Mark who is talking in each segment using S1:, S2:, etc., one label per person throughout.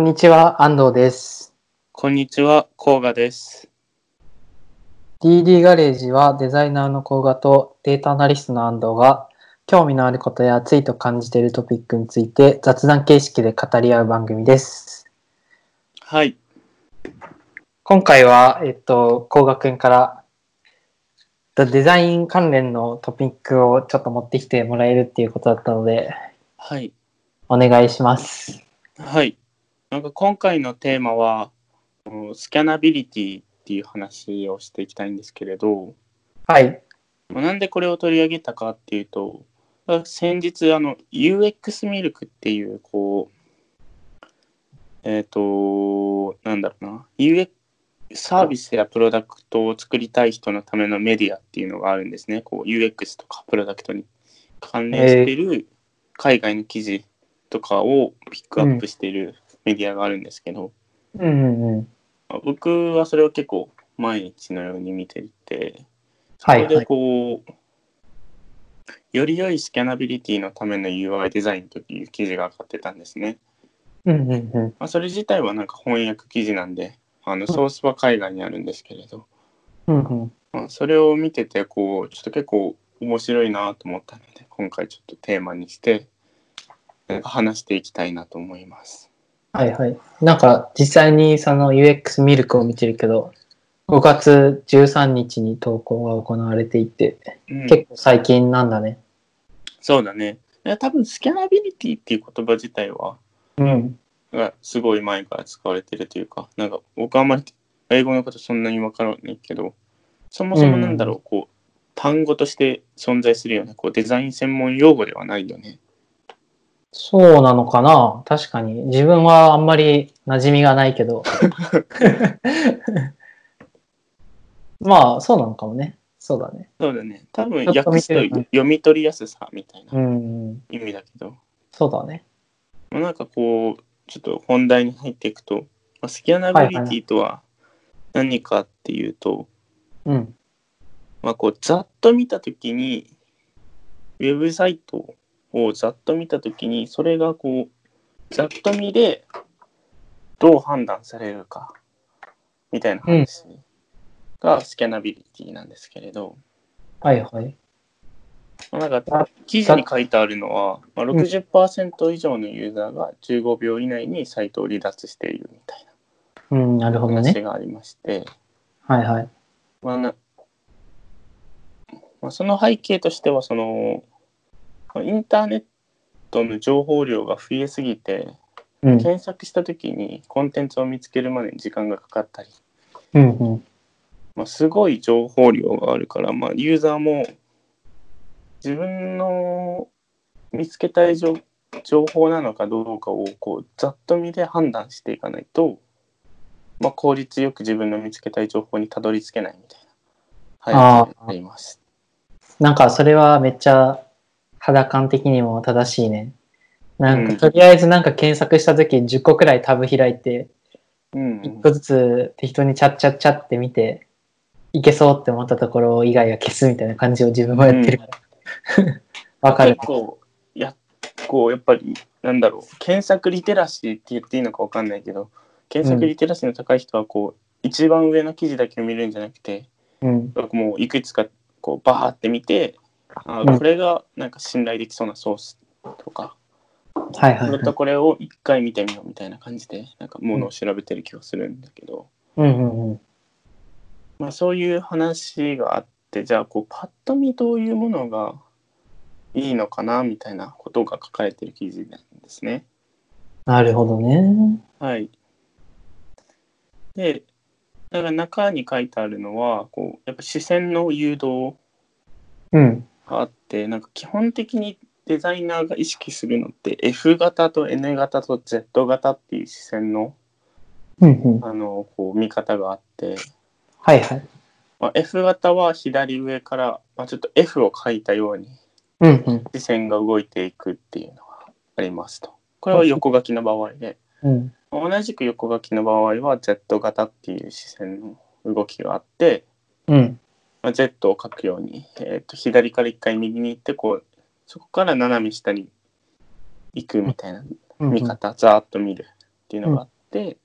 S1: にちは、安藤です。
S2: こんにちは、甲賀です。
S1: DD ガレージはデザイナーの甲賀とデータアナリストの安藤が興味のあることや熱いと感じているトピックについて雑談形式で語り合う番組です。
S2: はい。
S1: 今回は、えっと、甲賀くんからえっとデザイン関連のトピックをちょっと持ってきてもらえるっていうことだったので、
S2: はい。
S1: お願いします。
S2: はい。なんか今回のテーマは、うんスキャナビリティっていう話をしていきたいんですけれど、
S1: はい。
S2: まあなんでこれを取り上げたかっていうと、先日、あの、UX ミルクっていう、こう、えっ、と、なんだろうな、UX サービスやプロダクトを作りたい人のためのメディアっていうのがあるんですね。こう、UX とかプロダクトに関連してる海外の記事とかをピックアップしているメディアがあるんですけど、
S1: うんうんうん。
S2: まあ僕はそれを結構毎日のように見ていて、そ
S1: はい
S2: こでこう、より良いスキャナビリティのための UI デザインという記事が上がってたんですね。
S1: うんうんうん。
S2: まあ、それ自体はなんか翻訳記事なんで、あのソースは海外にあるんですけれど、
S1: うんうん。
S2: まあ、それを見てて、こう、ちょっと結構面白いなと思ったので、今回ちょっとテーマにして、なんか話していきたいなと思います。
S1: はいはい。なんか実際にその UX ミルクを見てるけど、5月13日に投稿が行われていて、
S2: うん
S1: 結構最近なんだね。
S2: そうだね。いや多分スキャナビリティっていう言葉自体は、
S1: うん。
S2: がすごい前から使われてるというか、なんか僕はあんまり英語のことそんなにわからないけど、そもそもなんだろう、こう、単語として存在するような、こう、デザイン専門用語ではないよね。
S1: そうなのかな確かに。自分はあんまり馴染みがない けど。まあ、そうなのかもね。そうだね。
S2: そうだね。多分
S1: ちょっと
S2: 訳すと
S1: 見てる
S2: 読み取りやすさみたいな
S1: うん。
S2: 意味だけど、
S1: そうだね。
S2: まあなんかこう、ちょっと本題に入っていくと、まあスキャナビリティとは何かっていうと、
S1: うん。
S2: まあ、こうざっと見たときにウェブサイトをざっと見たときにそれがこうざっと見でどう判断されるかみたいな話がスキャナビリティなんですけれど、
S1: はいはい。
S2: なんか記事に書いてあるのは、まあ、
S1: ん
S2: 60%以上のユーザーが15秒以内にサイトを離脱しているみたい
S1: うん、なるほ
S2: な
S1: ど
S2: 話
S1: ね。
S2: がありまして、
S1: はいはい。
S2: まあなまあ、その背景としてはそのまあインターネットの情報量が増えすぎて
S1: うん。
S2: 検索した時にコンテンツを見つけるまでに時間がかかったり、
S1: うんうん。
S2: まあ、すごい情報量があるから、まあ、ユーザーも自分の見つけたい情情報なのかどうかをこうざっと見で判断していかないと、まあ、効率よく自分の見つけたい情報にたどり着けないみたいな
S1: あー
S2: 背景があります。
S1: なんかそれはめっちゃ肌感的にも正しいね。なん
S2: う
S1: か
S2: ん
S1: とりあえずなんか検索した時10個くらいタブ開いて、
S2: うんうん
S1: 1個ずつ適当にチャッチャッチャって見て、いけそうって思ったところ以外は消すみたいな感じを自分もやってるから。わ、かる
S2: 結。構やこうやっぱりなんだろう検索リテラシーって言っていいのかわかんないけど検索リテラシーの高い人はこう、一番上の記事だけを見るんじゃなくて
S1: うん。
S2: 僕もういくつかこうバーって見てあ
S1: うん
S2: これがなんか信頼できそうなソースとか、
S1: はいはい、
S2: そ
S1: はい
S2: れ。とこれを一回見てみようみたいな感じでなんかものを調べてる気がするんだけど、
S1: うんうんうん。
S2: まあ、そういう話があってじゃあこうパッと見どういうものがいいのかなみたいなことが書かれてる記事なんですね。
S1: なるほどね。
S2: はい。で、だから中に書いてあるのは、こう、やっぱ視線の誘導
S1: うん。
S2: があって、なんか基本的にデザイナーが意識するのって、F 型と N 型と Z 型っていう視線の、
S1: うんうん。
S2: あの、こう、見方があって、
S1: はいはい。
S2: まあ、F 型は左上から、まあ、ちょっと F を書いたように
S1: うんうん。
S2: 視線が動いていくっていうのがありますと。これは横書きの場合で。
S1: うん。
S2: 同じく横書きの場合は Z 型っていう視線の動きがあって、
S1: うん。
S2: まあ、Z を書くように、えー、と左から一回右に行ってこうそこから斜め下に行くみたいな
S1: うんうん
S2: 見方、ざーっと見るっていうのがあって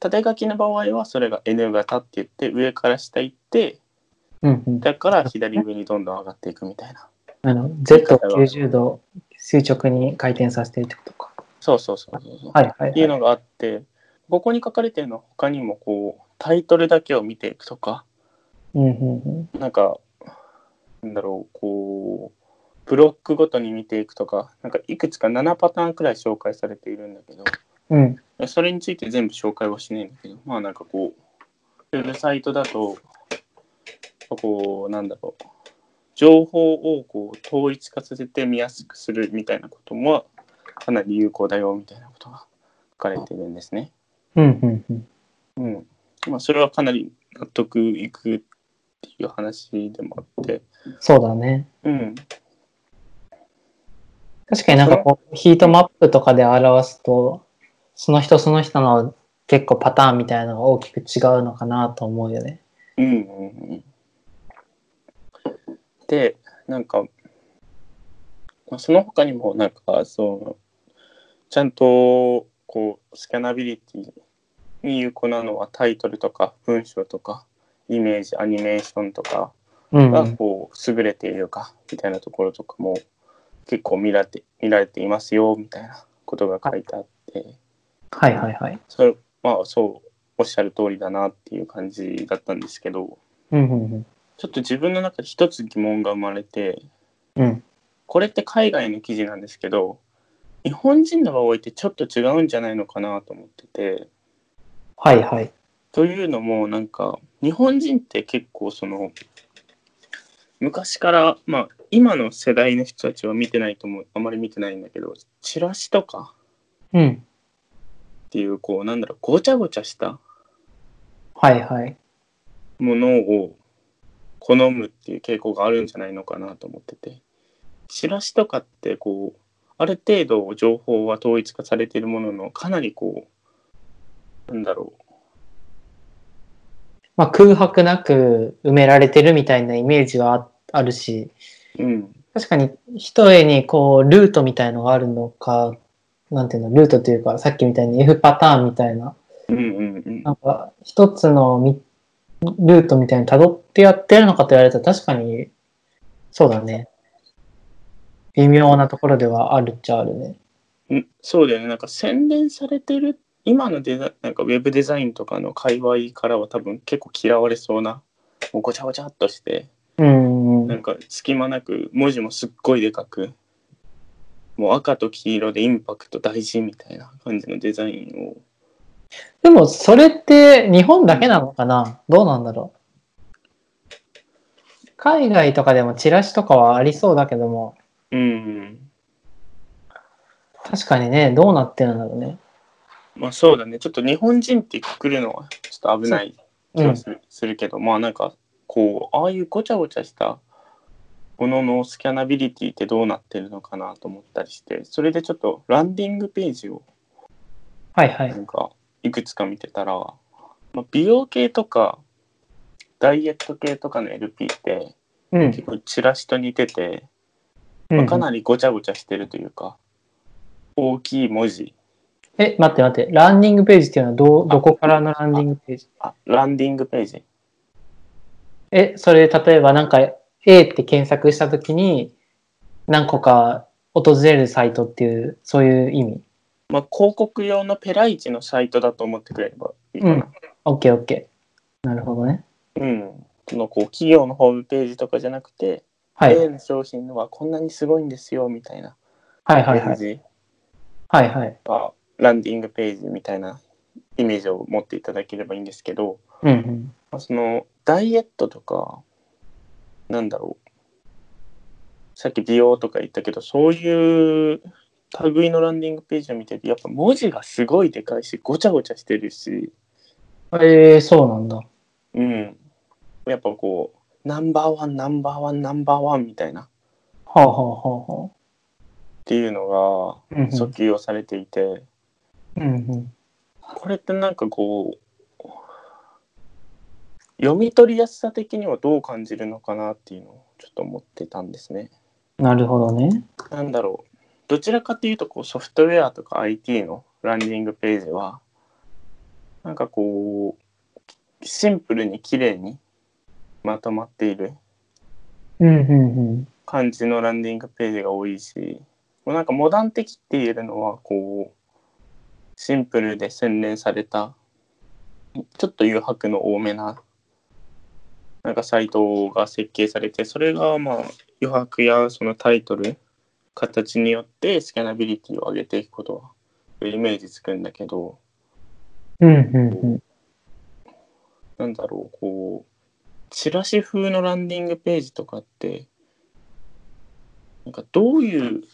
S2: 縦書きの場合はそれが N 型って言って上から下行って
S1: うんうん。
S2: だから左上にどんどん上がっていくみたいな
S1: あの、Z を90度垂直に回転させてるってことか。
S2: そうそうそうそうそう、
S1: はいはい、
S2: っていう
S1: はい。
S2: のがあってここに書かれてるのは他にもこうタイトルだけを見ていくとか
S1: うんうんうん。
S2: なんかなんだろうこうブロックごとに見ていくとかなんかいくつか7パターンくらい紹介されているんだけど
S1: うん。
S2: それについて全部紹介はしないんだけど、まあなんかこう、ウェブサイトだと、こう、なんだろう、情報をこう統一化させて見やすくするみたいなことも、かなり有効だよみたいなことが書かれているんですね。
S1: うんうんうん。
S2: うん。まあそれはかなり納得いくっていう話でもあって、
S1: そうだね。
S2: うん。
S1: 確かになんかこう、ヒートマップとかで表すと、その人その人の結構パターンみたいなのが大きく違うのかなと思うよね。
S2: うんうんうん。で、なんか、まあその他にも、なんか、そう、ちゃんと、こう、スキャナビリティに有効なのはタイトルとか文章とか、イメージ、アニメーションとか
S1: うん、う
S2: が、
S1: ん。
S2: こう、優れているか、みたいなところとかも、結構見られて、見られていますよ、みたいなことが書いてあって、
S1: はいはいはい。
S2: それ、まあ、そう、おっしゃる通りだなっていう感じだったんですけど、
S1: うんうん
S2: ちょっと自分の中で一つ疑問が生まれて
S1: うん。うん。
S2: これって海外の記事なんですけど日本人の場合ってちょっと違うんじゃないのかなと思ってて
S1: はいはい。
S2: というのもなんか日本人って結構その昔からまあ今の世代の人たちは見てないと思うあまり見てないんだけどチラシとか
S1: うん。
S2: っていうこうなんだろうごちゃごちゃした
S1: はいはい。
S2: ものを好むっていう傾向があるんじゃないのかなと思っててチラシとかってこうある程度情報は統一化されているもののかなりこうなんだろ
S1: まあ空白なく埋められてるみたいなイメージはああるし、
S2: ううん
S1: 確かに一重にこうルートみたいのがあるのか、なんていうの、ルートというかさっきみたいに F パターンみたいな
S2: うんうんうん
S1: なんか、一つのみルートみたいに辿ってやってるのかと言われたら確かに、そうだね。微妙なところではあるっちゃあるね。
S2: うんそうだよねなんか洗練されてる今のデザなんかウェブデザインとかの界隈からは多分結構嫌われそうなもうごちゃごちゃっとして
S1: うん。う
S2: なん
S1: ん
S2: か隙間なく文字もすっごいでかくもう赤と黄色でインパクト大事みたいな感じのデザインを
S1: でも、それって日本だけなのかなどうなんだろう。海外とかでもチラシとかはありそうだけども、
S2: うん
S1: 確かにね、どうなってるんだろうね。
S2: まあそうだねちょっと日本人ってくくるのはちょっと危ない気
S1: うん
S2: は。する,、するけどまあなんかこうああいうごちゃごちゃしたもののスキャナビリティってどうなってるのかなと思ったりしてそれでちょっとランディングページを
S1: はいは。
S2: ないんかいくつか見てたら、まあ、美容系とかダイエット系とかの LP って
S1: う
S2: 結
S1: ん。
S2: 構チラシと似てて、まあか
S1: り。
S2: なりごちゃごちゃしてるというか、大きい文字
S1: え、待って待って。ランディングページっていうのはどう、どこからのランディングページ
S2: あランディングページ
S1: え、それ例えばなんか A って検索したときに何個か訪れるサイトっていう、そういう意味。
S2: まあ広告用のペライチのサイトだと思ってくれればいいかな、
S1: OK, OK. なるほどね。
S2: うんそのこう企業のホームページとかじゃなくて、
S1: はい。
S2: A の商品はこんなにすごいんですよみたいな
S1: はい
S2: ペ
S1: はいは
S2: ー
S1: い。
S2: ジ
S1: はいはい。
S2: はランディングページみたいなイメージを持っていただければいいんですけど、
S1: うんうん。
S2: まあ、そのダイエットとかなんだろうさっき美容とか言ったけどそういう類のランディングページを見てるとやっぱ文字がすごいでかいしごちゃごちゃしてるし、
S1: えー、そうなんだ。
S2: うん、やっぱこうナンバーワンナンバーワンナンバーワンみたいなっ
S1: はあはあはあは
S2: ていうの
S1: あ。うん
S2: が訴求をされていて、
S1: うんうん。
S2: これってなんかこう読み取りやすさ的にはどう感じるのかなっていうのをちょっと思ってたんですね。
S1: なるほどね。
S2: なんだろうどちらかというとこうソフトウェアとか IT のランディングページはなんかこう、シンプルに綺麗にまとまっている
S1: うんうんうん。
S2: 感じのランディングページが多いし、もうなんかモダン的って言えるのは、こう、シンプルで洗練された、ちょっと余白の多めな、なんかサイトが設計されて、それがまあ余白やそのタイトル、形によってスキャナビリティを上げていくことは、イメージつくんだけど、
S1: うんうんうん。
S2: なんだろう、こう、チラシ風のランディングページとかって、なんかどういう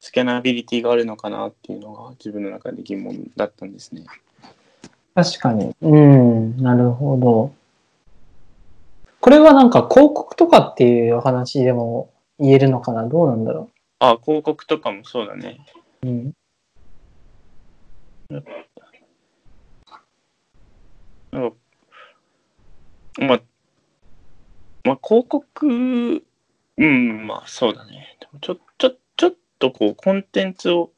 S2: スキャナビリティがあるのかなっていうのが自分の中で疑問だったんですね。
S1: 確かに。うん、なるほど。これはなんか広告とかっていう話でも言えるのかなどうなんだろ
S2: あ、広告とかもそうだね。
S1: う。うん。
S2: なんか、まあ、まあ、広告、うん、まあそうだね。でもちょ、ちょ、ちょっとこう、コンテンツを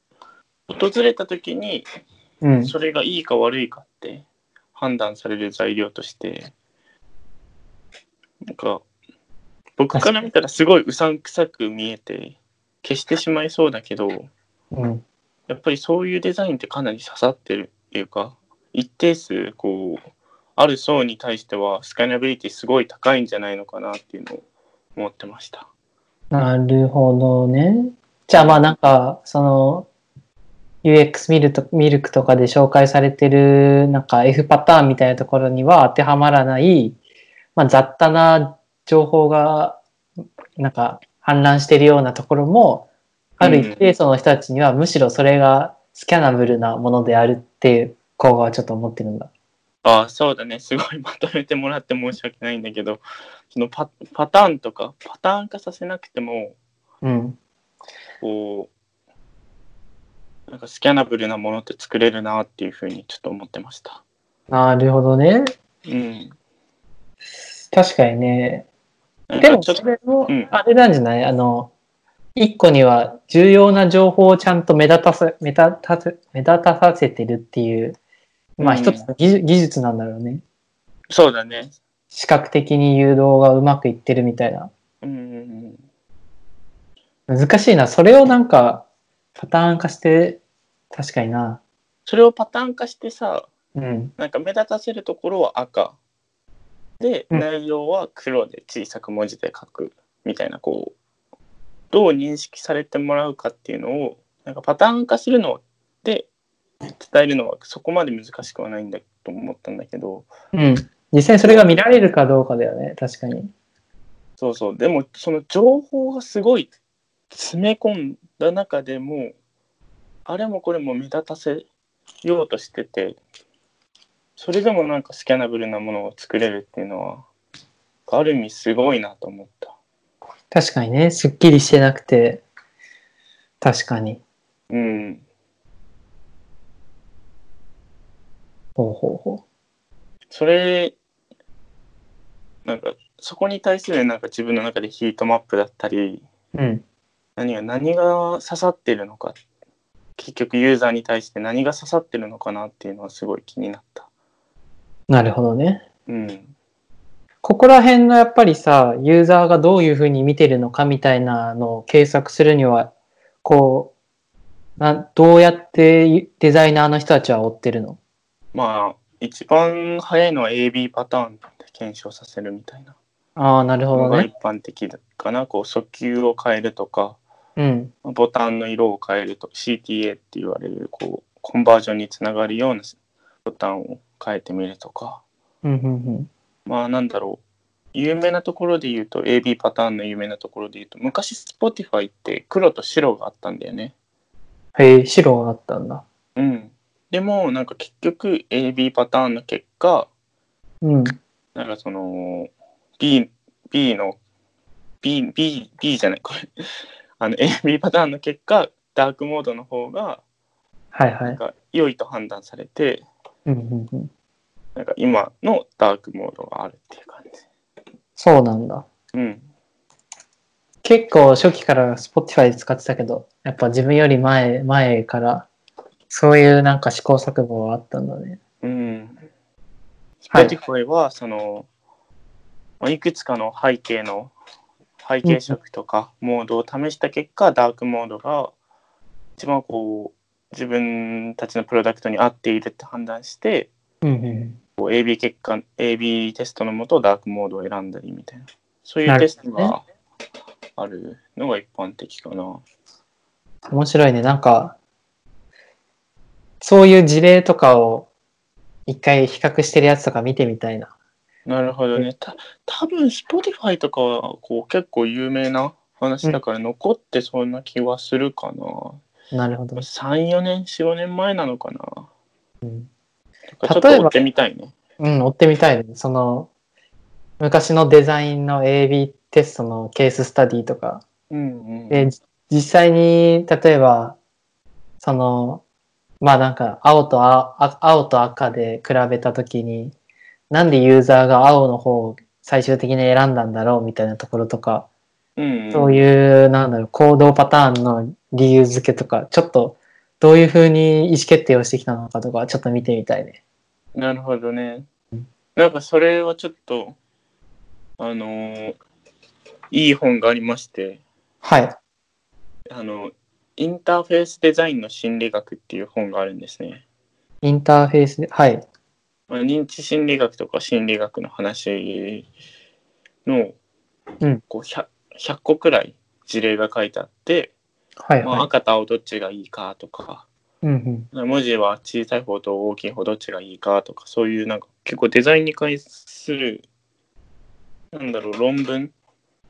S2: 訪れた時に、
S1: うん。
S2: それがいいか悪いかって判断される材料として、なんか、僕から見たらすごいうさんくさく見えて、消してしまいそうだけど、
S1: うん。
S2: やっぱりそういうデザインってかなり刺さってるっていうか、一定数、こう、ある層に対してはスキャナビリティすごい高いんじゃないのかなっていうのを思ってました。
S1: なるほどね。じゃあまあなんか、その、UX ミルとミルクとかで紹介されてる、なんか F パターンみたいなところには当てはまらない、まあ雑多な情報が、なんか氾濫してるようなところも、ある一定層の人たちにはむしろそれがスキャナブルなものであるっていう効果はちょっと思ってるんだ。
S2: ああ、そうだね。すごいまとめてもらって申し訳ないんだけど、そのパパターンとか、パターン化させなくても、
S1: うん。
S2: こう、なんかスキャナブルなものって作れるなっていうふうにちょっと思ってました。
S1: なるほどね。
S2: うん。
S1: 確かにね。
S2: なん
S1: で
S2: か
S1: も、
S2: ちょっと
S1: そ、れも
S2: うん、
S1: あれなんじゃないあの、一個には重要な情報をちゃんと目立たせ、目立たせ、目立たさせてるっていう、まあ
S2: うん
S1: 一つの技術技術なんだろうね。
S2: そうだね。
S1: 視覚的に誘導がうまくいってるみたいな。
S2: うん。
S1: 難しいな。それをなんか、パターン化して、確かにな。
S2: それをパターン化してさ、
S1: うん。
S2: なんか目立たせるところは赤。で、
S1: うん
S2: 内容は黒で小さく文字で書く。みたいな、こう、どう認識されてもらうかっていうのを、なんかパターン化するので伝えるのはそこまで難しくはないんだと思ったんだけど、
S1: うん。実際にそれが見られるかどうかだよね。確かに。
S2: そうそう。でも、その情報がすごい詰め込んだ中でも、あれもこれも目立たせようとしてて、それでもなんかスキャナブルなものを作れるっていうのは、ある意味すごいなと思った。
S1: 確かにね。すっきりしてなくて。確かに。
S2: うん。
S1: ほうほうほ
S2: それ、なんか、そこに対するなんか自分の中でヒートマップだったり、
S1: う。うん。
S2: 何が何が刺さってるのか、結局ユーザーに対して何が刺さってるのかなっていうのはすごい気になった。
S1: なるほどね。
S2: うん。
S1: ここら辺のやっぱりさ、ユーザーがどういうふうに見てるのかみたいなのを計測するには、こう、なんどうやってデザイナーの人たちは追ってるの
S2: まあ、一番早いのは AB パターンで検証させるみたいな
S1: ああ、なるほ
S2: の
S1: ど
S2: が
S1: ね
S2: 一。般的かな。こう、訴求を変えるとか、
S1: うん。
S2: ボタンの色を変えると、CTA って言われる、こう、コンバージョンにつながるようなボタンを変えてみるとか、
S1: うん、うん、
S2: まあ、なんだろう。有名なところで言うと、AB パターンの有名なところで言うと、昔 Spotify って黒と白があったんだよね。
S1: うん。へえ、白があったんだ。
S2: うん。でも、なんか結局 AB パターンの結果、
S1: うん。
S2: なんかその B, B の B, B, B じゃないこれあの AB パターンの結果ダークモードの方が
S1: はいは
S2: なん
S1: い。
S2: か良いと判断されて、
S1: うん、うん、うん。
S2: なんか今のダークモードがあるっていう感じ。
S1: そうなんだ。
S2: うん、
S1: 結構初期から Spotify 使ってたけど、やっぱ自分より前、前から、そういうなんか試行錯誤はあったんだね。はい
S2: Spotify は、その、まあいくつかの背景の、背景色とかモードを試した結果、ダークモードが一番こう、自分たちのプロダクトに合っているって判断して、
S1: うんうん。
S2: こう AB 結果、AB テストのもとダークモードを選んだりみたいな。そうい
S1: な
S2: う
S1: る
S2: テス
S1: ほど
S2: ト
S1: ね
S2: があるのが一般的かな。
S1: 面白いね。なんか、そういう事例とかを一回比較してるやつとか見てみたいな。
S2: なるほどね。た多分 Spotify とかはこう結構有名な話だから残ってそんな気はするかな。
S1: なるほど。
S2: 3、4年、4、5年前なのかな。
S1: うん
S2: とかちょっと追ってみたいね。
S1: うん、追ってみたいね。その、昔のデザインの AB テストのケーススタディとか、
S2: うんうん。
S1: で、じ実際に、例えば、その、まあなんか、青とああ青と赤で比べたときに、なんでユーザーが青の方を最終的に選んだんだろうみたいなところとか、
S2: うんうん、
S1: そういう、なんだろう、行動パターンの理由付けとか、ちょっと、どういうふうに意思決定をしてきたのかとか、ちょっと見てみたいね。
S2: なるほどね。なんかそれはちょっと、あのーいい本がありまして、
S1: はい。
S2: あの、インターフェースデザインの心理学っていう本があるんですね。
S1: インターフェースで、はい。
S2: まあ、認知心理学とか心理学の話の
S1: うん
S2: こう 100, 100個くらい事例が書いてあって、
S1: はい、
S2: まあ、
S1: はい。
S2: 赤と青どっちがいいかとか
S1: うんうん。
S2: 文字は小さい方と大きい方どっちがいいかとかそういうなんか結構デザインに関するなんだろう論文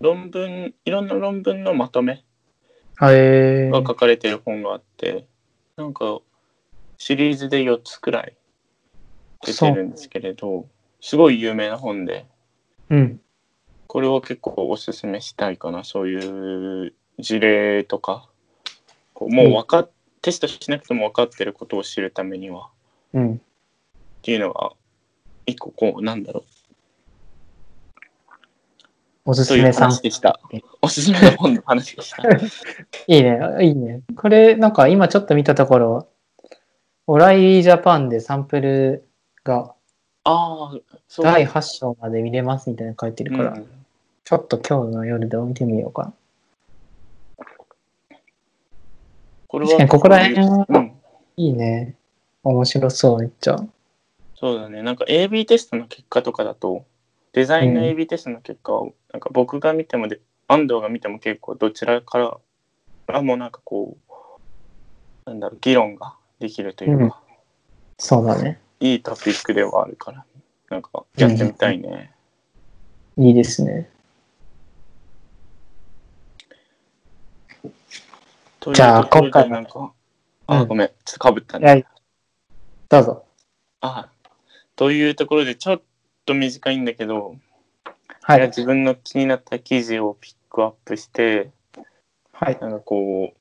S2: 論文いろんな論文のまとめ
S1: へ
S2: が書かれてる本があってなんかシリーズで4つくらい出てるんですけれどすごい有名な本で
S1: うん。
S2: これは結構おすすめしたいかなそういう事例とかこうもうわかっ、テストしなくても分かってることを知るためにはっ
S1: うん。
S2: ていうのが一個こうなんだろ
S1: おす
S2: うと
S1: す
S2: いう
S1: めさん
S2: 話。でしたおすすめの本の話でした
S1: いいね、いいね。これ、なんか今ちょっと見たところ、オライリージャパンでサンプルが
S2: ああそう
S1: 第8章まで見れますみたいなの書いてるから、
S2: うん
S1: ちょっと今日の夜で見てみようかな。
S2: これ
S1: 確かにここら辺は
S2: うん
S1: いいね。面白そう、めっちゃ。
S2: そうだね。なんか AB テストの結果とかだと、デザインの
S1: うん
S2: AB テストの結果を、なんか僕が見てもで、安藤が見ても結構どちらからもなんかこう、なんだろう、議論ができるというか、
S1: そうだね。
S2: いいトピックではあるから、なんかやってみたいね。
S1: いいですね。
S2: という
S1: じゃあ
S2: ところ
S1: 今
S2: で
S1: 回は
S2: なんか、あ、
S1: うん
S2: ごめん、ちょっとかぶったね。
S1: はい。どうぞ。
S2: あ、というところで、ちょっと短いんだけど、
S1: はい。
S2: 自分の気になった記事をピックアップして、
S1: はい。
S2: なんかこ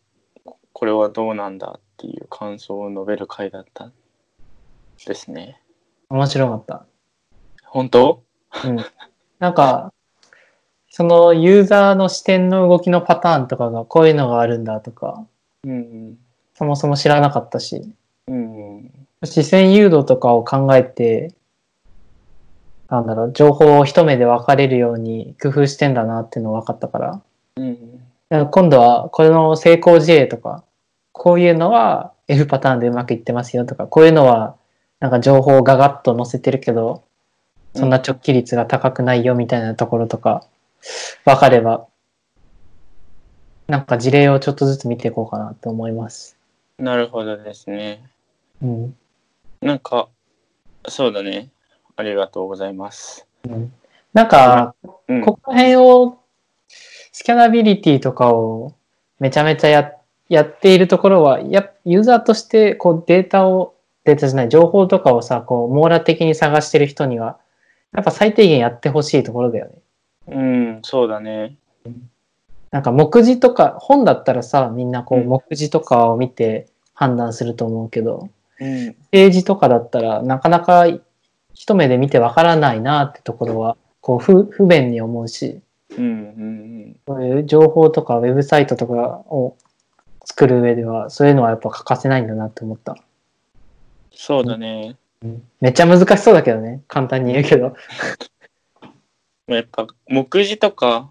S2: う、これはどうなんだっていう感想を述べる回だったんですね。
S1: 面白かった。
S2: 本当
S1: うん、 なんか、そのユーザーの視点の動きのパターンとかが、こういうのがあるんだとか、
S2: うん
S1: そもそも知らなかったし。
S2: うん。うん。
S1: 視線誘導とかを考えて、なんだろう、情報を一目で分かれるように工夫してんだなっていうの分かったから、
S2: うん。
S1: だから今度はこれの成功事例とか、こういうのは F パターンでうまくいってますよとか、こういうのはなんか情報をガガッと載せてるけど、そんな直帰率が高くないよみたいなところとか、分かれば、なんか事例をちょっとずつ見ていこうかなと思います。
S2: なるほどですね。
S1: うん。
S2: なんか、そうだね。ありがとうございます。
S1: なんか、
S2: うん。
S1: ここら辺を、スキャナビリティとかをめちゃめちゃややっているところは、やユーザーとしてこうデータを、データじゃない、情報とかをさ、こう網羅的に探してる人には、やっぱ最低限やってほしいところだよね。
S2: うん、そうだね。
S1: なんか目次とか、本だったらさ、みんなこう
S2: うん
S1: 目次とかを見て判断すると思うけど、
S2: うん。
S1: ページとかだったらなかなか一目で見てわからないなってところは、こう不不便に思うし、
S2: うんうん
S1: そういう情報とかウェブサイトとかを作る上ではそういうのはやっぱ欠かせないんだなって思った。
S2: そうだね。
S1: めっちゃ難しそうだけどね。簡単に言うけど。
S2: やっぱ目次とか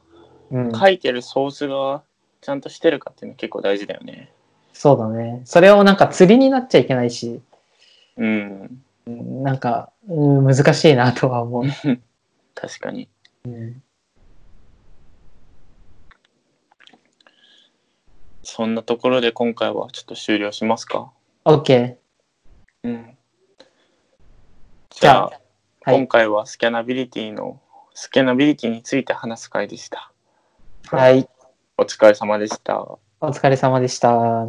S1: うん。
S2: 書いてるソースがちゃんとしてるかっていうの結構大事だよね。
S1: そうだね。それをなんか釣りになっちゃいけないし、
S2: うん。
S1: うんなんか、うん難しいなとは思う。
S2: 確かに。
S1: うん
S2: そんなところで今回はちょっと終了しますか。
S1: OK。
S2: うん。じ
S1: じ
S2: ゃ
S1: ゃ
S2: あ
S1: あ、
S2: 今回はスキャナビリティの、スキャナビリティについて話す回でした。
S1: はい。
S2: お疲れ様でした。
S1: お疲れ様でした。